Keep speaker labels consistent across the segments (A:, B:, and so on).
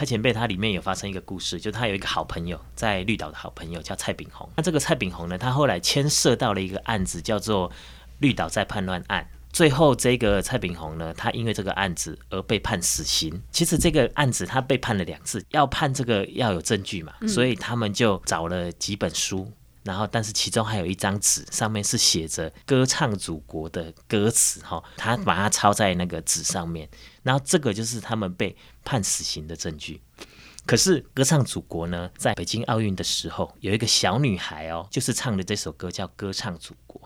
A: 蔡前辈他里面有发生一个故事，就他有一个好朋友在绿岛的好朋友叫蔡炳宏。那这个蔡炳宏呢，他后来牵涉到了一个案子，叫做绿岛在叛乱案。最后，这个蔡炳宏呢，他因为这个案子而被判死刑。其实这个案子他被判了两次，要判这个要有证据嘛，所以他们就找了几本书，然后但是其中还有一张纸，上面是写着歌唱祖国的歌词哈，他把它抄在那个纸上面，然后这个就是他们被判死刑的证据。可是歌唱祖国呢，在北京奥运的时候，有一个小女孩哦，就是唱的这首歌叫《歌唱祖国》。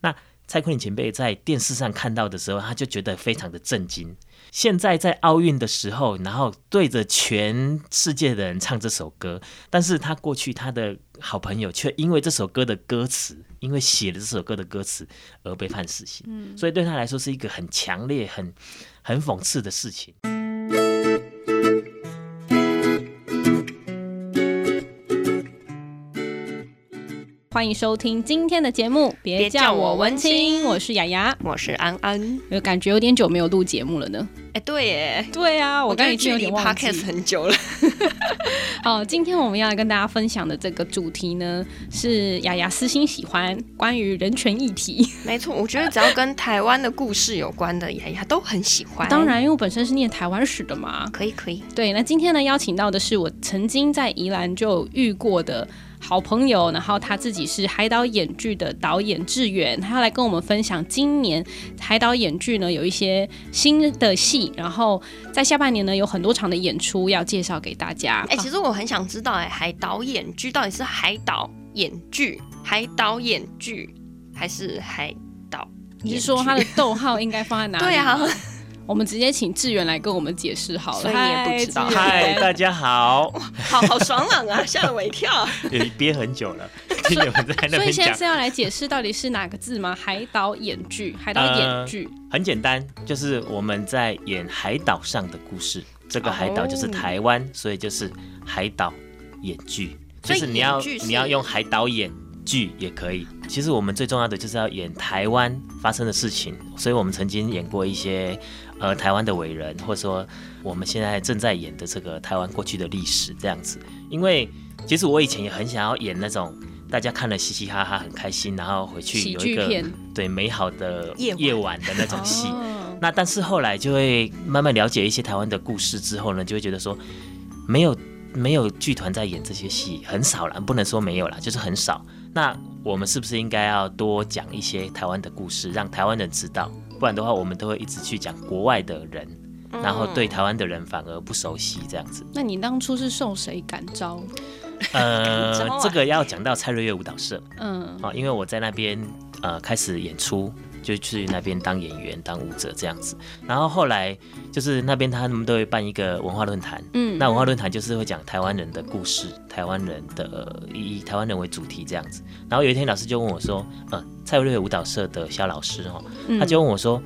A: 那蔡坤林前辈在电视上看到的时候，他就觉得非常的震惊。现在在奥运的时候，然后对着全世界的人唱这首歌，但是他过去他的好朋友却因为这首歌的歌词，因为写了这首歌的歌词而被判死刑，
B: 嗯
A: 所以对他来说是一个很强烈、很很讽刺的事情。
B: 欢迎收听今天的节目，别
C: 别
B: 叫
C: 叫
B: 我
C: 我
B: 文
C: 文
B: 青，
C: 青
B: 我是雅雅。
C: 我是安安。
B: 有感觉有点久没有录节目了呢。
C: 哎，对耶，
B: 对啊，
C: 我
B: 刚
C: 跟
B: 刚已
C: 你
B: 经
C: 距
B: 有
C: 离
B: 点忘记。
C: podcast 很久了。
B: 哦，今天我们要来跟大家分享的这个主题呢，是雅雅私心喜欢关于人权议题。
C: 没错，我觉得只要跟台湾的故事有关的，雅雅都很喜欢。
B: 当，然，因为我本身是念台湾史的嘛。
C: 可以可以。
B: 对，那今天呢，邀请到的是我曾经在宜兰就遇过的好朋友，然后他自己是海岛演剧的导演志远，他要来跟我们分享今年海岛演剧呢有一些新的戏，然后在下半年呢有很多场的演出要介绍给大家。啊
C: 哎，其实我很想知道，哎，海岛演剧到底是海岛演剧、海岛演剧，还是海岛？
B: 你是说他的逗号应该放在哪里？
C: 对啊，，
B: 我们直接请志远来跟我们解释好了。
C: 所以你也不知道
B: 嗨
A: 嗨，
B: 志 远
A: 大家 好，
C: 好好爽朗啊，吓了我一 跳。
A: 也憋很久 了，听你们在那
B: 所以
A: 边
B: 现在
A: 讲
B: 是。要来解释到底是哪个字吗？海岛演剧，海岛演
A: 呃
B: 剧。
A: 很简单，就是我们在演海岛上的故事。这个海岛就是台湾，所以就是海岛演剧，
C: 所
A: 就
C: 以
A: 你要
C: 演剧是
A: 你要用海岛演剧也可以。其实我们最重要的就是要演台湾发生的事情，所以我们曾经演过一些呃台湾的伟人，或者说我们现在正在演的这个台湾过去的历史这样子。因为其实我以前也很想要演那种大家看了嘻嘻哈哈很开心，然后回去
B: 喜
A: 有一
B: 剧
A: 个
B: 片
A: 对美好的
C: 夜晚
A: 的那种呃戏。
B: 哦
A: 那但是后来就会慢慢了解一些台湾的故事之后呢，就会觉得说，没有没有剧团在演这些戏，很少啦，不能说没有啦，就是很少。那我们是不是应该要多讲一些台湾的故事，让台湾人知道？不然的话，我们都会一直去讲国外的人，
C: 嗯
A: 然后对台湾的人反而不熟悉这样子。
B: 那你当初是受谁感召？
C: 感召
A: 呃
C: 啊，
A: 这个要讲到蔡瑞月舞蹈社
B: 嗯，
A: 啊，因为我在那边呃开始演出，就去那边当演员、当舞者这样子。然后后来就是那边他们都会办一个文化论坛，
B: 嗯
A: 那文化论坛就是会讲台湾人的故事，台湾人的以以台湾人为主题这样子。然后有一天老师就问我说，呃，蔡瑞舞蹈社的肖老师哦，
B: 嗯
A: 他就问我说，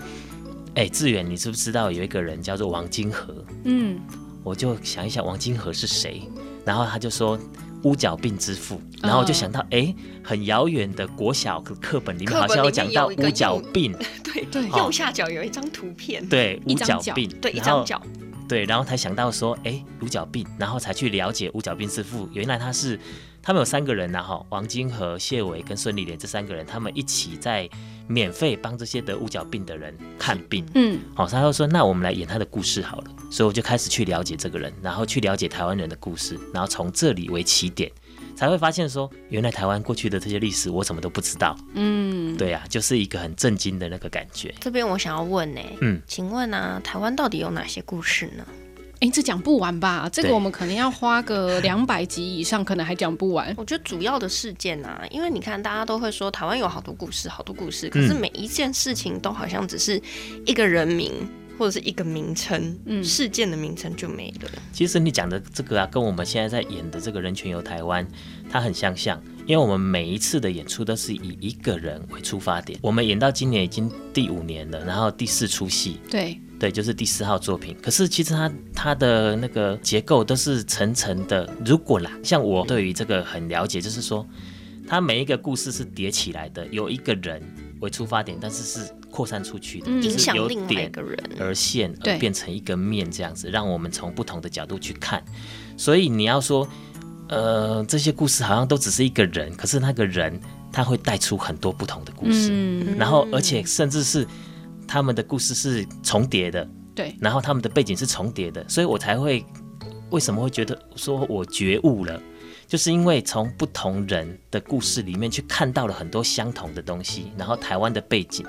A: 哎、志远，你知不知道有一个人叫做王金河？
B: 嗯，
A: 我就想一想王金河是谁，然后他就说乌角病之父，
C: 嗯
A: 然后我就想到，哎、很遥远的国小课本里面
C: 课
A: 好
C: 本
A: 像有
C: 里面
A: 讲到
C: 有一个
A: 乌角
C: 右
A: 病，
C: 嗯对
B: 对
C: 右下角有一张图片，
A: 对，
B: 一
A: 乌
B: 张
A: 角
B: 角
A: 病，
C: 对，一
A: 然后
C: 张角，
A: 对，然后才想到说，哎，五角病，然后才去了解五角病之父，原来他是他们有三个人然后王金河、谢伟跟孙丽莲这三个人，他们一起在免费帮这些得五角病的人看病。
B: 嗯，
A: 好、他就说，那我们来演他的故事好了。所以我就开始去了解这个人，然后去了解台湾人的故事，然后从这里为起点，才会发现说，原来台湾过去的这些历史我什么都不知道。嗯，对啊，就是一个很震惊的那个感觉。
C: 这边我想要问呢、
A: 嗯
C: 请问啊，台湾到底有哪些故事呢？
B: 哎，这讲不完吧？这个
A: 对
B: 我们可能要花个两百集以上，可能还讲不完。
C: 我觉得主要的事件啊，因为你看，大家都会说台湾有好多故事，好多故事，可
A: 嗯
C: 是每一件事情都好像只是一个人名或者是一个名称，
B: 嗯
C: 事件的名称就没了。
A: 其实你讲的这个啊，跟我们现在在演的这个《人权游台湾》，它很相像，因为我们每一次的演出都是以一个人为出发点。我们演到今年已经第五年了，然后第四出戏，
B: 对，
A: 对，就是第四号作品。可是其实它它的那个结构都是层层的。如果啦，像我对于这个很了解，就是说，它每一个故事是叠起来的，有一个人，为出发点，但是是扩散出去的，
B: 嗯
A: 就
C: 影
A: 是
C: 响
A: 由
C: 另外一
A: 点
C: 个人。
A: 而线而
B: 对
A: 变成一个面这样子，让我们从不同的角度去看。所以你要说，呃，这些故事好像都只是一个人，可是那个人他会带出很多不同的故事，
B: 嗯，
A: 然后而且甚至是他们的故事是重叠的，
B: 对，
A: 然后他们的背景是重叠的，所以我才会为什么会觉得说我觉悟了，就是因为从不同人的故事里面去看到了很多相同的东西，然后台湾的背景，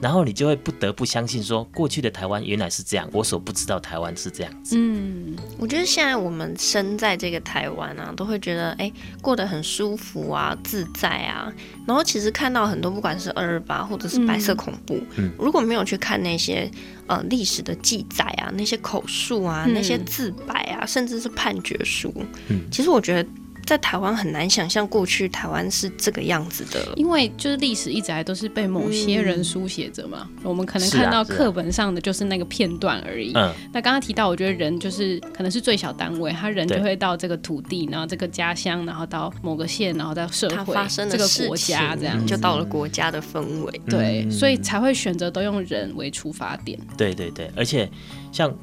A: 然后你就会不得不相信说过去的台湾原来是这样，我所不知道台湾是这样子。
B: 嗯，
C: 我觉得现在我们身在这个台湾啊，都会觉得哎、过得很舒服啊、自在啊。然后其实看到很多，不管是二二八或者是白色恐怖，
A: 嗯
C: 如果没有去看那些呃历史的记载啊、那些口述啊、
B: 嗯
C: 那些自白啊，甚至是判决书，
A: 嗯
C: 其实我觉得。在台湾很难想象过去台湾是这个样子的，
B: 因为就是历史一直来都是被某些人书写着嘛，我们可能
A: 是啊
B: 看到
A: 是啊
B: 课本上的就是那个片段而已。
A: 嗯，
B: 那刚刚提到，我觉得人就是可能是最小单位，他人
A: 对
B: 就会到这个土地，然后这个家乡，然后到某个县，然后到社
C: 它
B: 会，
C: 发生的
B: 这个
C: 事
B: 国
C: 情
B: 家这样。
C: 就到了国家的氛围。
B: 对，
A: 嗯
B: 所以才会选择都用人为出发点。
A: 对对对，而且像啊、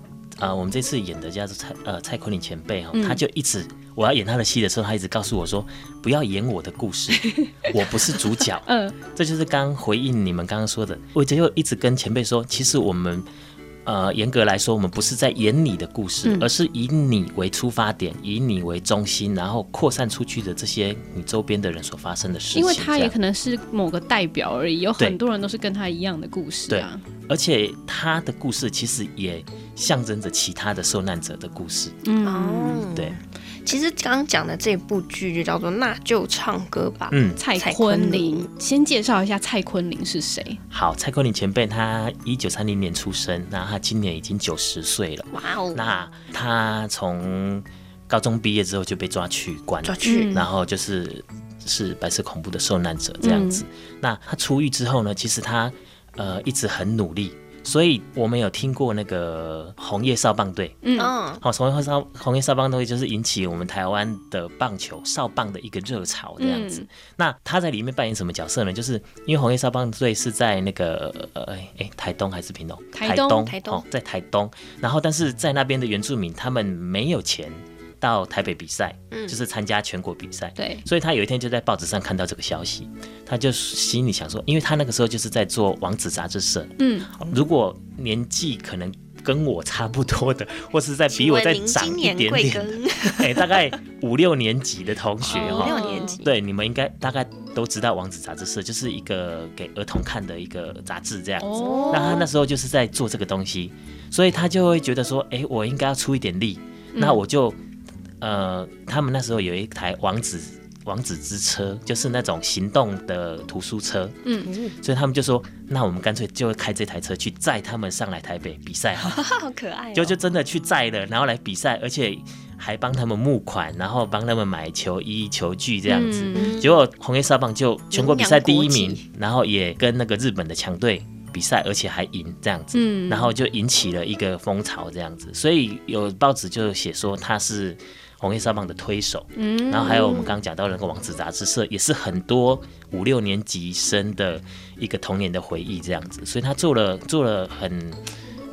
A: 呃我们这次演的叫做蔡呃蔡坤林前辈哦，
B: 嗯
A: 他就一直我要演他的戏的时候，他一直告诉我说不要演我的故 事，我不是主角。
B: 嗯，
A: 这就是刚回应你们刚刚说的，我就一直跟前辈说，其实我们。呃，严格来说，我们不是在演你的故事，
B: 嗯
A: 而是以你为出发点，以你为中心，然后扩散出去的这些你周边的人所发生的事情。
B: 因为他
A: 这
B: 也
A: 样
B: 可能是某个代表而已，有
A: 对
B: 很多人都是跟他一样的故事啊。
A: 而且他的故事其实也象征着其他的受难者的故事。
B: 嗯，
C: 哦，
A: 对，
C: 其实刚刚讲的这部剧就叫做《那就唱歌吧》，
A: 嗯，
B: 蔡
C: 蔡
B: 坤
C: 坤
B: 林
C: 林，
B: 先介绍一下蔡坤林是谁？
A: 好，蔡坤林前辈他一九三零年出生，那他今年已经九十岁了。
C: 哇哦，
A: 那他从高中毕业之后就被抓去关了
C: 抓，去
B: 嗯
A: 然后就是是白色恐怖的受难者这样子。那他出狱之后呢，其实他呃一直很努力，所以我们有听过那个红叶少棒队。
B: 嗯
C: 嗯，
A: 好，红叶少红叶少棒队就是引起我们台湾的棒球少棒的一个热潮这样子。
B: 嗯
A: 那他在里面扮演什么角色呢？就是因为红叶少棒队是在那个呃哎、哎台东还是屏东？
B: 台东
C: 台东
A: 哦，在台东。然后但是在那边的原住民他们没有钱到台北比赛，
C: 嗯
A: 就是参加全国比赛。
B: 对，
A: 所以他有一天就在报纸上看到这个消息，他就心里想说，因为他那个时候就是在做王子杂志社，
B: 嗯，
A: 如果年纪可能跟我差不多的，或是在比我再长一点
C: 贵
A: 点，
C: 庚？
A: 哎，大概五六年级的同学
B: 哦
C: 五
A: 哈、
C: 六年级，，
A: 对，你们应该大概都知道王子杂志社就是一个给儿童看的一个杂志这样子。
B: 哦，
A: 那他那时候就是在做这个东西，所以他就会觉得说，哎、我应该要出一点力，
B: 嗯
A: 那我就，呃，他们那时候有一台王子王子之车，就是那种行动的图书车，
B: 嗯，
A: 所以他们就说，那我们干脆就开这台车去载他们上来台北比赛好了，
C: 好可爱哦，
A: 就就真的去载了，然后来比赛，而且还帮他们募款，然后帮他们买球衣球具这样子。
B: 嗯
A: 结果红叶少棒就全国比赛第一
C: 名扬国
A: 名，然后也跟那个日本的强队比赛，而且还赢这样子，
B: 嗯
A: 然后就引起了一个风潮这样子，所以有报纸就写说他是红叶少棒的推手，
B: 嗯
A: 然后还有我们刚刚讲到那个王子杂志社，也是很多五六年级生的一个童年的回忆这样子，所以他做了做了很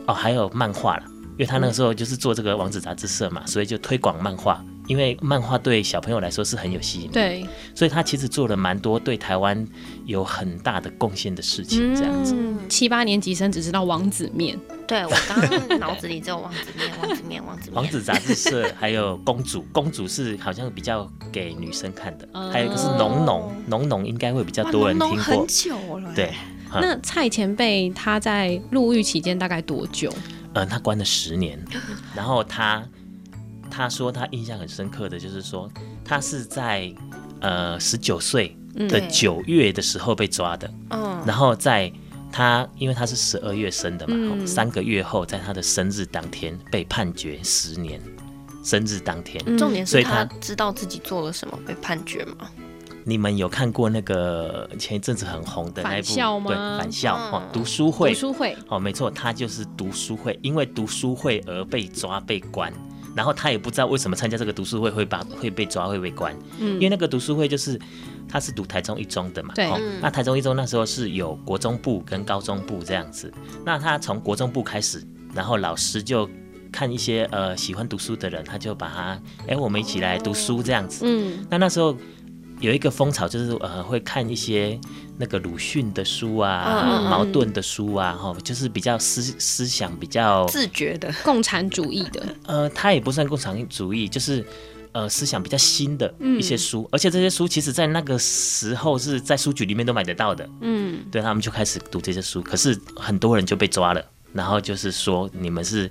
A: 哦，还有漫画啦，因为他那个时候就是做这个王子杂志社嘛，所以就推广漫画，因为漫画对小朋友来说是很有吸引力。
B: 对，
A: 所以他其实做了蛮多对台湾有很大的贡献的事情，这 样子。
B: 嗯，七八年级生只知道王子面，
C: 对我刚刚脑子里只有王子面，王子面，王子面，
A: 王子杂志社还有公主，公主是好像比较给女生看的，
B: 哦
A: 还有一个是农农，农农应该会比较
C: 哇
A: 多人
C: 啊浓
A: 听
C: 浓
A: 过
C: 很。久了，
A: 对，，嗯
B: 那蔡前辈他在入狱期间大概多久？
A: 嗯，他关了十年，然后他他说他印象很深刻的就是说，他是在呃十九岁
B: 嗯
A: 的
C: 嗯对
A: 九月的时候被抓的，
C: 嗯，
A: 然后在他，因为他是十二月生的嘛，
B: 嗯
A: 吼三个月后，在他的生日当天被判决十年。生日当天，
B: 嗯
C: 重点
A: 所
C: 是
A: 以他
C: 他知道自己做了什么被判决吗？
A: 你们有看过那个前一阵子很红的那一
B: 返
A: 部
B: 校吗
A: 对，返校
C: 嗯
A: 哦，读书
B: 读
A: 会
B: 书会，
A: 哦，没错，他就是读书会，因为读书会而被抓被关。然后他也不知道为什么参加这个读书会会把会被抓会被关，
B: 嗯
A: 因为那个读书会就是他是读台中一中的嘛，
B: 对
A: 哦
C: 嗯
A: 那台中一中那时候是有国中部跟高中部这样子，那他从国中部开始，然后老师就看一些呃喜欢读书的人，他就把他哎我们一起来读书这样子，
B: 嗯
A: 那那时候。有一个风潮就是呃会看一些那个鲁迅的书啊、
C: 嗯嗯嗯
A: 茅盾的书啊，哈、就是比较思思想比较
C: 自觉的，
B: 共产主义的，
A: 呃，它也不算共产主义，就是呃思想比较新的一些
B: 嗯
A: 书，而且这些书其实在那个时候是在书局里面都买得到的，
B: 嗯，
A: 对，他们就开始读这些书，可是很多人就被抓了，然后就是说你们是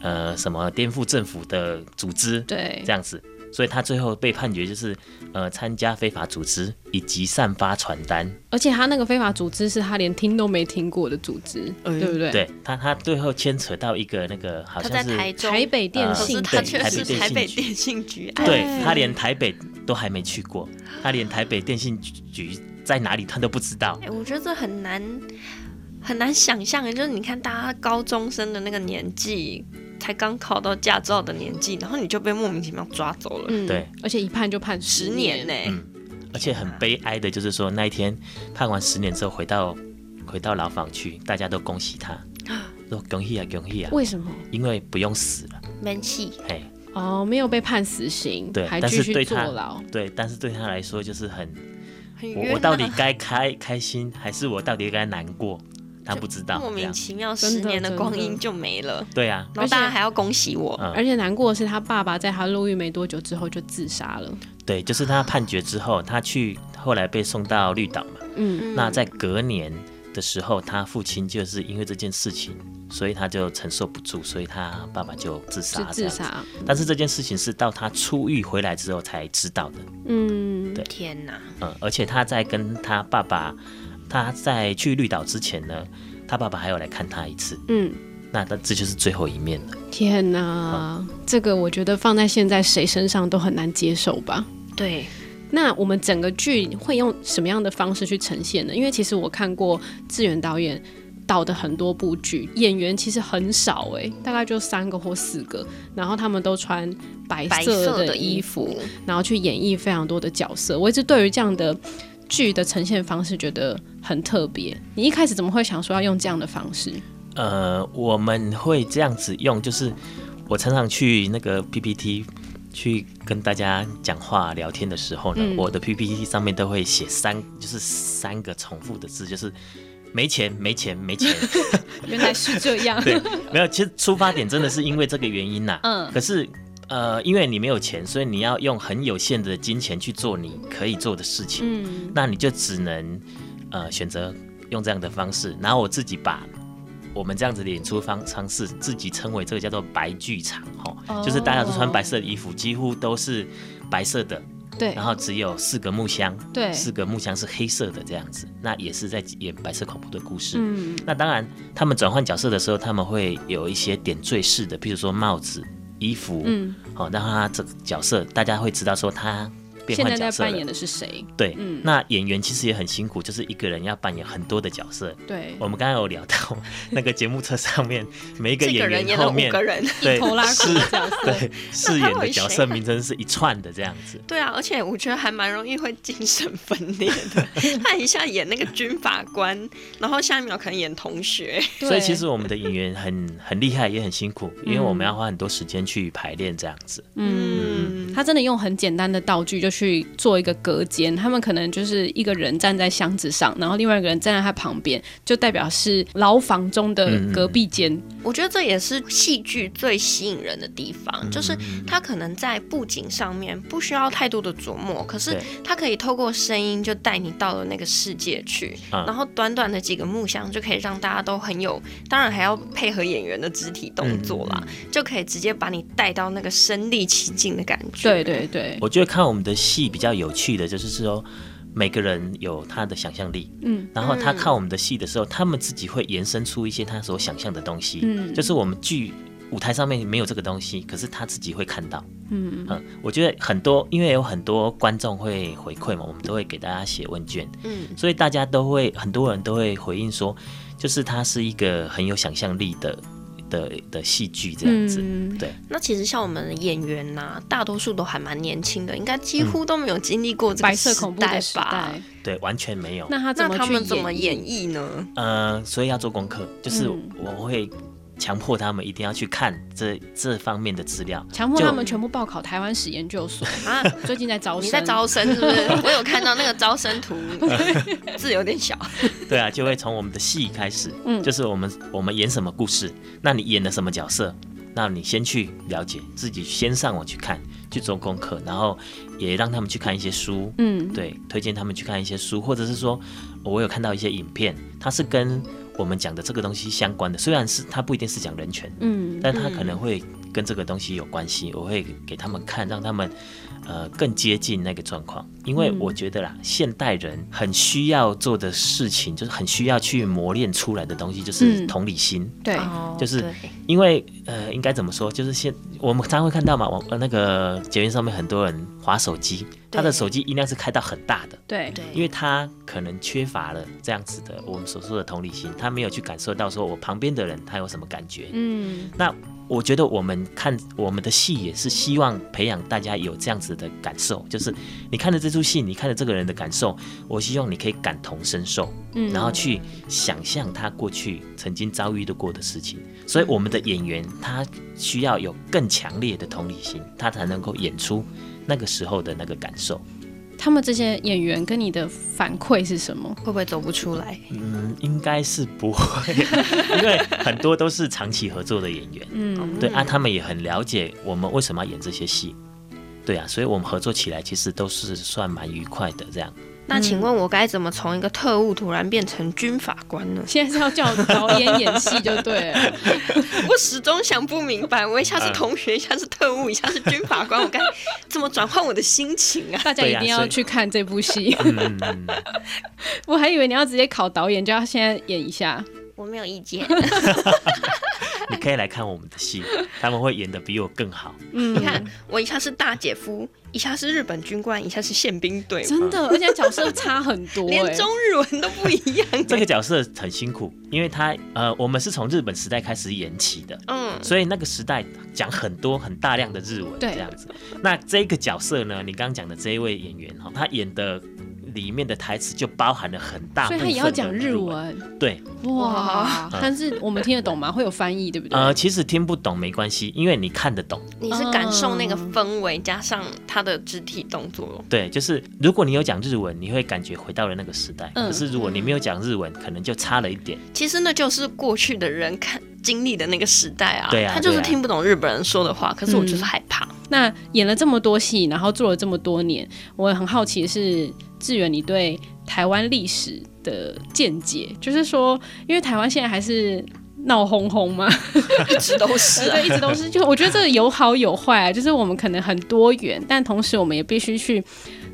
A: 呃什么颠覆政府的组织
B: 对
A: 这，样子。所以他最后被判决就是，呃，参加非法组织以及散发传单，
B: 而且他那个非法组织是他连听都没听过的组织，
C: 哎
B: 对不对？
A: 对他，他最后牵扯到一个那个好
C: 他
A: 像
C: 在
A: 是
C: 台中，
B: 台北电
A: 呃
C: 可
B: 信
C: 是
B: 的，
C: 他
A: 对
C: 却
A: 台北
C: 是
A: 电信
C: 台北
A: 局
C: 电信局，
A: 对
B: 哎
A: 他连台北都还没去过，他连台北电信局在哪里他都不知道。
C: 哎，我觉得这很难很难想象，欸就是你看大家高中生的那个年纪，才刚考到驾照的年纪，然后你就被莫名其妙抓走了，
B: 嗯
A: 对，
B: 而且一判就判
C: 十
B: 十
C: 年欸
B: 年
C: 呢、
A: 嗯，而且很悲哀的就是说，那一天判完十年之后回到回到牢房去，大家都恭喜他，说恭喜啊恭喜啊，
B: 为什么？
A: 因为不用死了，
C: 闷气，
A: 哎，
B: 哦，没有被判死刑，
A: 对
B: 还
A: 但
B: 继
A: 是
B: 续
A: 对
B: 坐
A: 他
B: 牢。
A: 对，但是对他来说就是很，
C: 很冤、啊、
A: 我我到底该开开心还是我到底该难过，他不知道
C: 莫
A: 这
C: 名
A: 样，
C: 其妙
B: 真
C: 十
B: 的
C: 年的
B: 真
C: 光
B: 的
C: 阴就没了，
A: 对啊，
C: 然后大家还要恭喜我，
A: 嗯
B: 而且难过的是，他爸爸在他入狱没多久之后就自杀了。
A: 对，就是他判决之后，他去后来被送到绿岛嘛。
B: 嗯，
A: 那在隔年的时候，他父亲就是因为这件事情，所以他就承受不住，所以他爸爸就自
B: 是
A: 杀。
B: 自。杀。
A: 但是这件事情是到他出狱回来之后才知道的，
B: 嗯，
A: 对
C: 天哪，
A: 嗯，而且他在跟他爸爸，他在去绿岛之前呢，他爸爸还有来看他一次，
B: 嗯，
A: 那他这就是最后一面了。
B: 天
A: 嗯
B: 哪，这个我觉得放在现在谁身上都很难接受吧。
C: 对，
B: 那我们整个剧会用什么样的方式去呈现呢？因为其实我看过志远导演导的很多部剧，演员其实很少诶、大概就三个或四个，然后他们都穿白
C: 白
B: 色
C: 色
B: 的
C: 衣
B: 衣服，然后去演绎非常多的角色。我一直对于这样的剧的呈现方式觉得很特别。你一开始怎么会想说要用这样的方式？
A: 呃，我们会这样子用，就是我常常去那个 PPT 去跟大家讲话聊天的时候呢，我的 PPT 上面都会写三，就是三个重复的字，就是没钱、没钱、没钱。
B: 原来是这 样，
A: 对，没有，其实出发点真的是因为这个原因呐、
B: 嗯
A: 可是。呃，因为你没有钱，所以你要用很有限的金钱去做你可以做的事情。
B: 嗯，
A: 那你就只能呃选择用这样的方式。然后我自己把我们这样子的演出方方式自己称为这个叫做白剧场哈、
B: 哦
A: 就是大家都穿白色的衣服，几乎都是白色的，
B: 对
A: 然后只有四个木箱，
B: 对
A: 四个木箱是黑色的这样子，那也是在演白色恐怖的故事。
B: 嗯
A: 那当然，他们转换角色的时候，他们会有一些点缀式的，譬如说帽子、衣服，
B: 嗯，
A: 好、让他这个角色大家会知道说他变
B: 现
A: 换
B: 在
A: 角
B: 在
A: 色
B: 扮
A: 了
B: 演。的是谁？
A: 对，
B: 嗯
A: 那演员其实也很辛苦，就是一个人要扮演很多的角色。
B: 对，
A: 我们刚刚有聊到那个节目册上面，每一个
C: 这个
A: 演
C: 人
A: 员
C: 演了
A: 后
C: 五
A: 面
C: 个人，
A: 对
B: 头拉
A: 是
B: 裤的角色，
A: 对饰演的角
C: 那他会谁
A: 色
C: 啊
A: 名称是一串的这样 子。
C: 对啊，而且我觉得还蛮容易会精神分裂的。 他一下演那个军法官，然后下一秒可能演同学。
B: 对
A: 所以其实我们的演员很很厉害，也很辛苦，因为我们要花很多时间去排练这样子。
C: 嗯，
B: 他真的用很简单的道具就去做一个隔间，他们可能就是一个人站在箱子上，然后另外一个人站在他旁边，就代表是牢房中的隔壁间。
C: 我觉得这也是戏剧最吸引人的地
A: 嗯
C: 方，就是他可能在布景上面不需要太多的琢磨，可是
A: 对
C: 他可以透过声音就带你到了那个世界去，
A: 嗯
C: 然后短短的几个木箱就可以让大家都很有，当然还要配合演员的肢体动作
A: 嗯
C: 啦，就可以直接把你带到那个身临其境的感觉。
B: 对对对，
A: 我觉得看我们的戏比较有趣的就是说，每个人有他的想象力，
B: 嗯，
A: 然后他看我们的戏的时候，他们自己会延伸出一些他所想象的东西，
B: 嗯
A: 就是我们剧舞台上面没有这个东西，可是他自己会看到，
B: 嗯
A: 嗯，我觉得很多，因为有很多观众会回馈嘛，我们都会给大家写问卷，
C: 嗯，
A: 所以大家都会很多人都会回应说，就是它是一个很有想象力的。的的戏剧这样子。
B: 嗯
A: 对，
C: 那其实像我们演员呐、啊大多数都还蛮年轻的，应该几乎都没有经历过这
B: 嗯白
C: 个
B: 色恐怖的时
C: 吧
B: 代？，
A: 对，完全没有。
B: 那他怎
C: 那
B: 么
C: 他
B: 去
C: 们怎么
B: 绎
C: 演绎呢？
A: 呃，所以要做功课，就是
B: 嗯
A: 我会强迫他们一定要去看这这方面的资料。
B: 强迫
A: 就
B: 他们全部报考台湾史研究所，
C: 啊，
B: 最近在招生。
C: 你在招生是不是？ 我有看到那个招生 图，字有点小。
A: 对啊，就会从我们的戏开始，
B: 嗯
A: 就是我们我们演什么故事，那你演了什么角色，那你先去了解，自己先上网去看，去做功课，然后也让他们去看一些书，
B: 嗯，
A: 对，推荐他们去看一些书，或者是说，哦我有看到一些影片，它是跟我们讲的这个东西相关的，虽然是它不一定是讲人权，
B: 嗯，
A: 但它可能会跟这个东西有关系，我会给他们看，让他们呃更接近那个状况。因
B: 嗯
A: 为我觉得啦，现代人很需要做的事情，就是很需要去磨练出来的东西，就是
B: 嗯
A: 同理心。
B: 对，
C: 哦
A: 就是
C: 对
A: 因为呃，应该怎么说，就是现我们常常会看到嘛，我呃那个捷运上面很多人划手机，他的
C: 对
A: 手机音量是开到很大的。
B: 对，
C: 对，
A: 因为他可能缺乏了这样子的我们所说的同理心，他没有去感受到说我旁边的人他有什么感觉，
B: 嗯，
A: 那我觉得我们看我们的戏也是希望培养大家有这样子的感受，就是你看了这出戏，你看了这个人的感受，我希望你可以感同身受，
B: 嗯
A: 然后去想象他过去曾经遭遇的过的事情。所以我们的演员他需要有更强烈的同理心，他才能够演出那个时候的那个感受。
B: 他们这些演员跟你的反馈是什么？
C: 会不会走不出来？
A: 嗯，应该是不会， 因为很多都是长期合作的演员。
C: 哦
B: 嗯，？
A: 对啊，他们也很了解我们为什么要演这些戏，对啊，所以我们合作起来其实都是算蛮愉快的这样。
C: 那请问我该怎么从一个特务突然变成军法官呢
B: 现在是要叫导演演戏就对了，
C: 我始终想不明白，我一下是同学，一下是特务，一下是军法 官，我该怎么转换我的心情 啊？
B: 大家一定
A: 对啊所
B: 要
A: 以
B: 去看这部戏。
A: 嗯，嗯嗯
B: 我还以为你要直接考导演，就要现在演一下。
C: 我没有意见。
A: 你可以来看我们的戏，他们会演的比我更 好。
B: 嗯，
C: 你看，我一下是大姐夫，一下是日本军官，一下是宪兵队，
B: 真
A: 嗯
B: 的，而且角色差很 多、
C: 连
B: 哎
C: 中日文都不一样。
A: 这个角色很辛苦，因为他呃，我们是从日本时代开始演起的，
C: 嗯，
A: 所以那个时代讲很多很大量的日文
B: 对
A: 这样子。那这个角色呢，你刚刚讲的这一位演员哈，他演的里面的台词就包含了很大
B: 所
A: 部分
B: 以他
A: 的
B: 也要讲日
A: 文，
B: 文，
A: 对，
B: 哇！但是我们听得懂吗？会有翻译，对不对？
A: 呃，其实听不懂没关系，因为你看得懂。
C: 你是感受那个氛围，加上他的肢体动作，
A: 对，就是如果你有讲日文，你会感觉回到了那个时代；
B: 嗯
A: 可是如果你没有讲日文，可能就差了一点。
C: 其实那就是过去的人看经历的那个时代啊。
A: 对啊
C: 他就是
A: 对啊嗯
C: 听不懂日本人说的话，可是我就是害怕。
B: 那演了这么多戏，然后做了这么多年，我也很好奇的是志远你对台湾历史的见解，就是说，因为台湾现在还是。闹哄哄嘛，
C: 一直都是、啊。
B: 对，一直都是，就我觉得这个有好有坏啊，就是我们可能很多元，但同时我们也必须去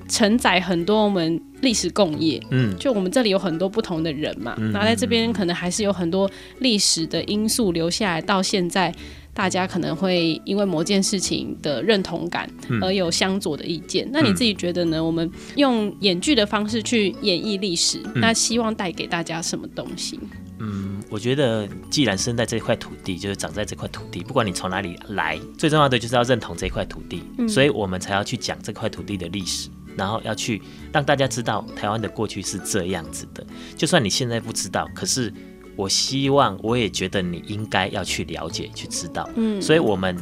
B: 承载很多我们历史共业，
A: 嗯，
B: 就我们这里有很多不同的人嘛，
A: 嗯
B: 然后在这边可能还是有很多历史的因素留下来，到现在大家可能会因为某件事情的认同感
A: 嗯
B: 而有相左的意见。那你自己觉得呢？我们用演剧的方式去演绎历史，那希望带给大家什么东西？
A: 嗯，我觉得既然生在这块土地，就是长在这块土地，不管你从哪里来，最重要的就是要认同这块土地，所以我们才要去讲这块土地的历史，然后要去让大家知道台湾的过去是这样子的。就算你现在不知道，可是我希望，我也觉得你应该要去了解、去知道。嗯，所以我们。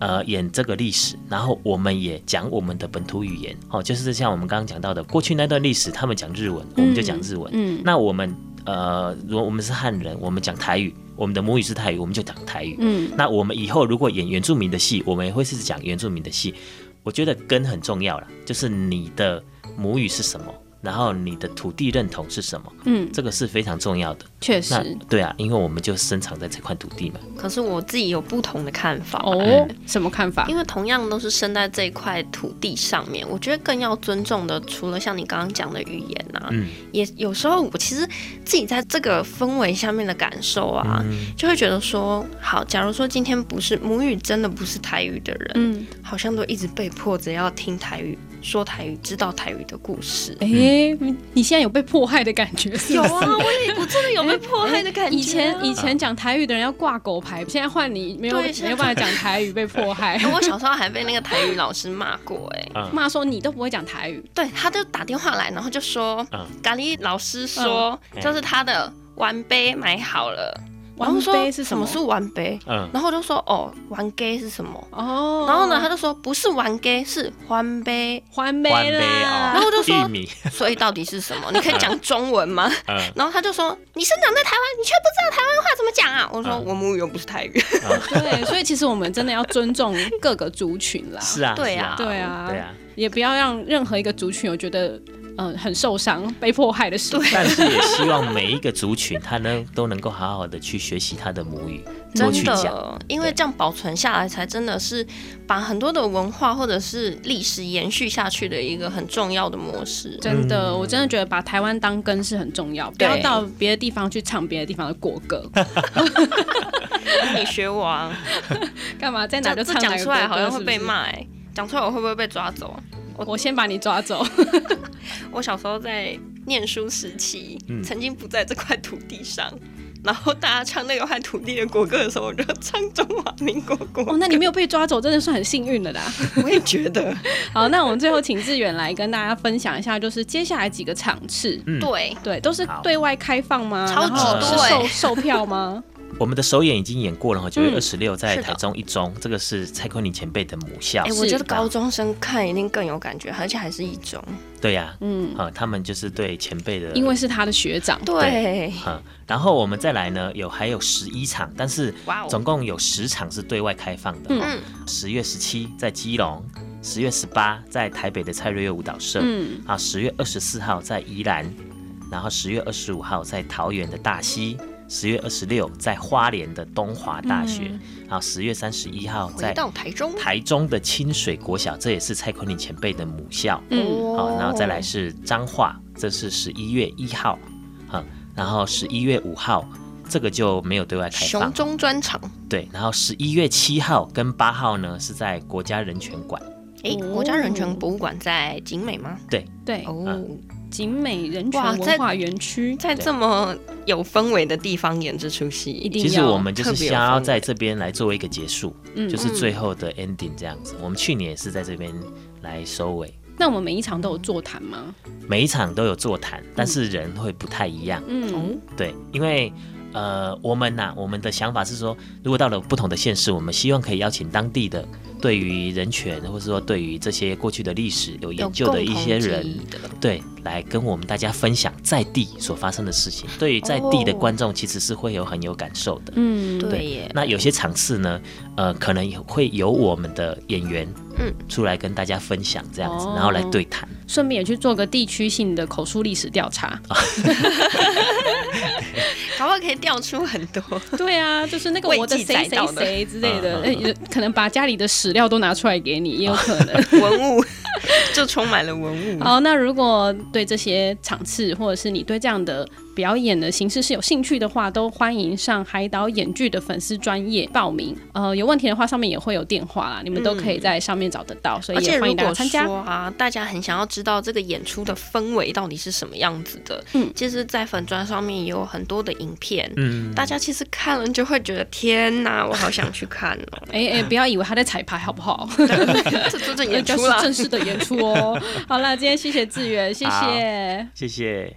A: 呃，演这个历史，然后我们也讲我们的本土语言，哦，就是像我们刚刚讲到的，过去那段历史，他们讲日文，我们就讲日文，
B: 嗯
A: 那我们呃，如果我们是汉人，我们讲台语，我们的母语是台语，我们就讲台语。
B: 嗯，
A: 那我们以后如果演原住民的戏，我们也会是讲原住民的戏。我觉得根很重要啦，就是你的母语是什么，然后你的土地认同是什么，
B: 嗯，
A: 这个是非常重要的。
B: 确
A: 那
B: 实。
A: 对啊，因为我们就生长在这块土地嘛。
C: 可是我自己有不同的看法。
A: 哎
B: 哦，什么看法？
C: 因为同样都是生在这一块土地上面，我觉得更要尊重的，除了像你刚刚讲的语言啊，
A: 嗯
C: 也有时候我其实自己在这个氛围下面的感受啊，
A: 嗯
C: 就会觉得说，好，假如说今天不是母语真的不是台语的人，
B: 嗯，
C: 好像都一直被迫着要听台语，说台语、知道台语的故事。
B: 哎、你你现在有被迫害的感觉是
C: 有
B: 不是？
C: 啊，我也我真的有被迫害的感觉啊。
B: 以前以前讲台语的人要挂狗牌，现在换你没有
C: 对现在
B: 没有办法讲台语被迫 害，
C: 我小时候还被那个台语老师骂过、哎，
A: 嗯
B: 骂说你都不会讲台语，
C: 对，他就打电话来，然后就说，
A: 嗯
C: 咖喱老师说，
A: 嗯
C: 就是他的玩杯买好了，然
B: 玩
C: 后
B: 杯
C: 说
B: 是
C: 什
B: 么？
C: 是玩杯，
A: 嗯，
C: 然后我就说哦，玩 gay 是什么？
B: 哦，
C: 然后呢，他就说不是玩 gay 是欢 杯，
B: 还杯
A: 换杯
B: 啦，
A: 啊，
C: 然后我就说
A: 玉米，
C: 所以到底是什么？你可以讲中文吗？
A: 嗯，
C: 然后他就说你生长在台湾，你却不知道台湾话怎么讲啊？我说
A: 嗯
C: 我母语又不是台语，
B: 对，所以其实我们真的要尊重各个族群啦，
A: 是啊，
C: 对
A: 是
C: 啊
B: 对啊
A: 对啊，
B: 也不要让任何一个族群有觉得嗯、呃很受伤、被迫害的事情。
A: 但是也希望每一个族群，他能都能够好好的去学习他的母语，多
C: 真
A: 去讲，
C: 的，因为这样保存下来，才真的是把很多的文化或者是历史延续下去的一个很重要的模式。
B: 真的，我真的觉得把台湾当根是很重要，不
C: 嗯对
B: 要到别的地方去唱别的地方的国 歌，
C: 你学我啊，
B: 干嘛在哪
C: 这
B: 就
C: 这
B: 唱哪
C: 讲
B: 个
C: 出来
B: 国
C: 好
B: 歌
C: 像会被。
B: 是
C: 骂、哎，讲出来我会不会被抓走啊？
B: 不是我先把你抓 走，
C: 我小时候在念书时期，
A: 嗯
C: 曾经不在这块土地上。然后大家唱那个换土地的国歌的时候，我就唱中华民国国歌。
B: 哦，那你没有被抓走，真的是很幸运的啦。
C: 我也觉得，
B: 好，那我们最后请志远来跟大家分享一下，就是接下来几个场次，
A: 嗯，
C: 对，
B: 对，都是
A: 好
B: 对外开放吗？
C: 超欸
B: 然后
A: 级
B: 是
A: 对
B: 售售票吗？
A: 我们的首演已经演过了哈，九月
B: 嗯
A: 二十六在
C: 是的
A: 台中一中，这个是蔡坤林前辈的母校
C: 哎、。
B: 是
C: 我觉得高中生看一定更有感觉，而且还是一中。
A: 对呀、
B: 嗯，
A: 啊，他们就是 对前辈的，
B: 因为是他的学长，
C: 对，
A: 啊，然后我们再来呢，有还有十一场，但是
C: 哇
A: 总
C: 哦，
A: 共有十场是对外开放的。
B: 嗯
C: 嗯，
A: 十、月十七在基隆，十月十八在台北的蔡瑞月舞蹈社，
B: 嗯，
A: 啊，十月二十四号在宜兰，然后十月二十五号在桃园的大溪。十月二十六在花莲的东华大学，啊、十月三十一号
C: 嗯回
A: 在
C: 到台中，
A: 台中的清水国小，这也是蔡坤林前辈的母校。
C: 哦
B: 嗯
A: 好、然后再来是彰化，这是十一月一号，啊，然后十一月五号这个就没有对外开
C: 熊
A: 放，
C: 中专场，
A: 对，然后十一月七号跟八号呢是在国家人权馆，
C: 哎、
B: 哦
C: 国家人权博物馆在景美吗？
B: 对，
C: 哦，
A: 嗯
B: 景美人
C: 哇
B: 权
C: 在
B: 文化园区
C: 在这么有氛围的地方演这出戏
B: 一，定
A: 其实
B: 要
A: 我们就是
C: 特别有
A: 想要
C: 氛围
A: 在这边来做一个结束，
B: 嗯
A: 就是最后的 ending 这样子。我们去年也是在这边来收尾，
B: 那我们每一场都有座谈吗？
A: 每一场都有座谈，但是人会不太一样。
C: 哦
B: 嗯，
A: 对，因为呃，我们呐、我们的想法是说，如果到了不同的县市，我们希望可以邀请当地的对于人权，或者说对于这些过去的历史有
C: 有
A: 研究
C: 共
B: 的
A: 一
C: 同
A: 些
C: 记
A: 人
C: 忆的
A: 对，来跟我们大家分享在地所发生的事情。对于在地的
C: 哦
A: 观众，其实是会有很有感受的。
B: 嗯，
C: 对耶，
A: 那有些场次呢，呃，可能也会有我们的演员，
C: 嗯，
A: 出来跟大家分享这样子，然后来
B: 哦
A: 对谈。
B: 顺便也去做个地区性的口述历史调查。
C: 啊搞不好可以调出很多。
B: 对啊，就是那个
C: 未
B: 我的
C: 记
B: 谁
C: 载
B: 谁
C: 到的啊
B: 谁之类的，
A: 嗯嗯嗯
B: 哎也可能把家里的史料都拿出来给你，也有可能。
C: 文物就充满了文
A: 哦
C: 物。
B: 好，那如果对这些场次，或者是你对这样的表演的形式是有兴趣的话，都欢迎上海岛演剧的粉丝专业报名。呃，有问题的话，上面也会有电话啦，你们都可以在上面找得到，所
C: 嗯而
B: 以
C: 且
B: 也欢
C: 如
B: 迎大家
C: 果
B: 参加。
C: 说啊，大家很想要知道这个演出的氛围到底是什么样子的，
B: 嗯，
C: 其实，在粉砖上面也有很多的影片，
A: 嗯，
C: 大家其实看了就会觉得天哪，我好想去看哦
B: 哎 哎，不要以为他在彩排，好不好？
C: 这这这
B: 人
C: 演
B: 家
C: 出
B: 是
C: 啦。
B: 正式的演出哦。好了，今天谢谢志远，谢
A: 好
B: 谢。
A: 谢谢。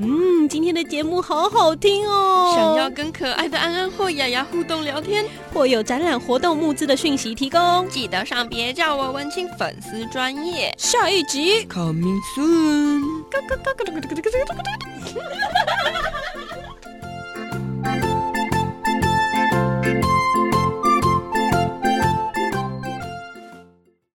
D: 嗯，今天的节目好好听哦。
C: 想要跟可爱的安安或雅雅互动聊天，
D: 或有展览活动募资的讯息提供。
C: 记得上别叫我文青粉丝专业。
D: 下一集 coming soon。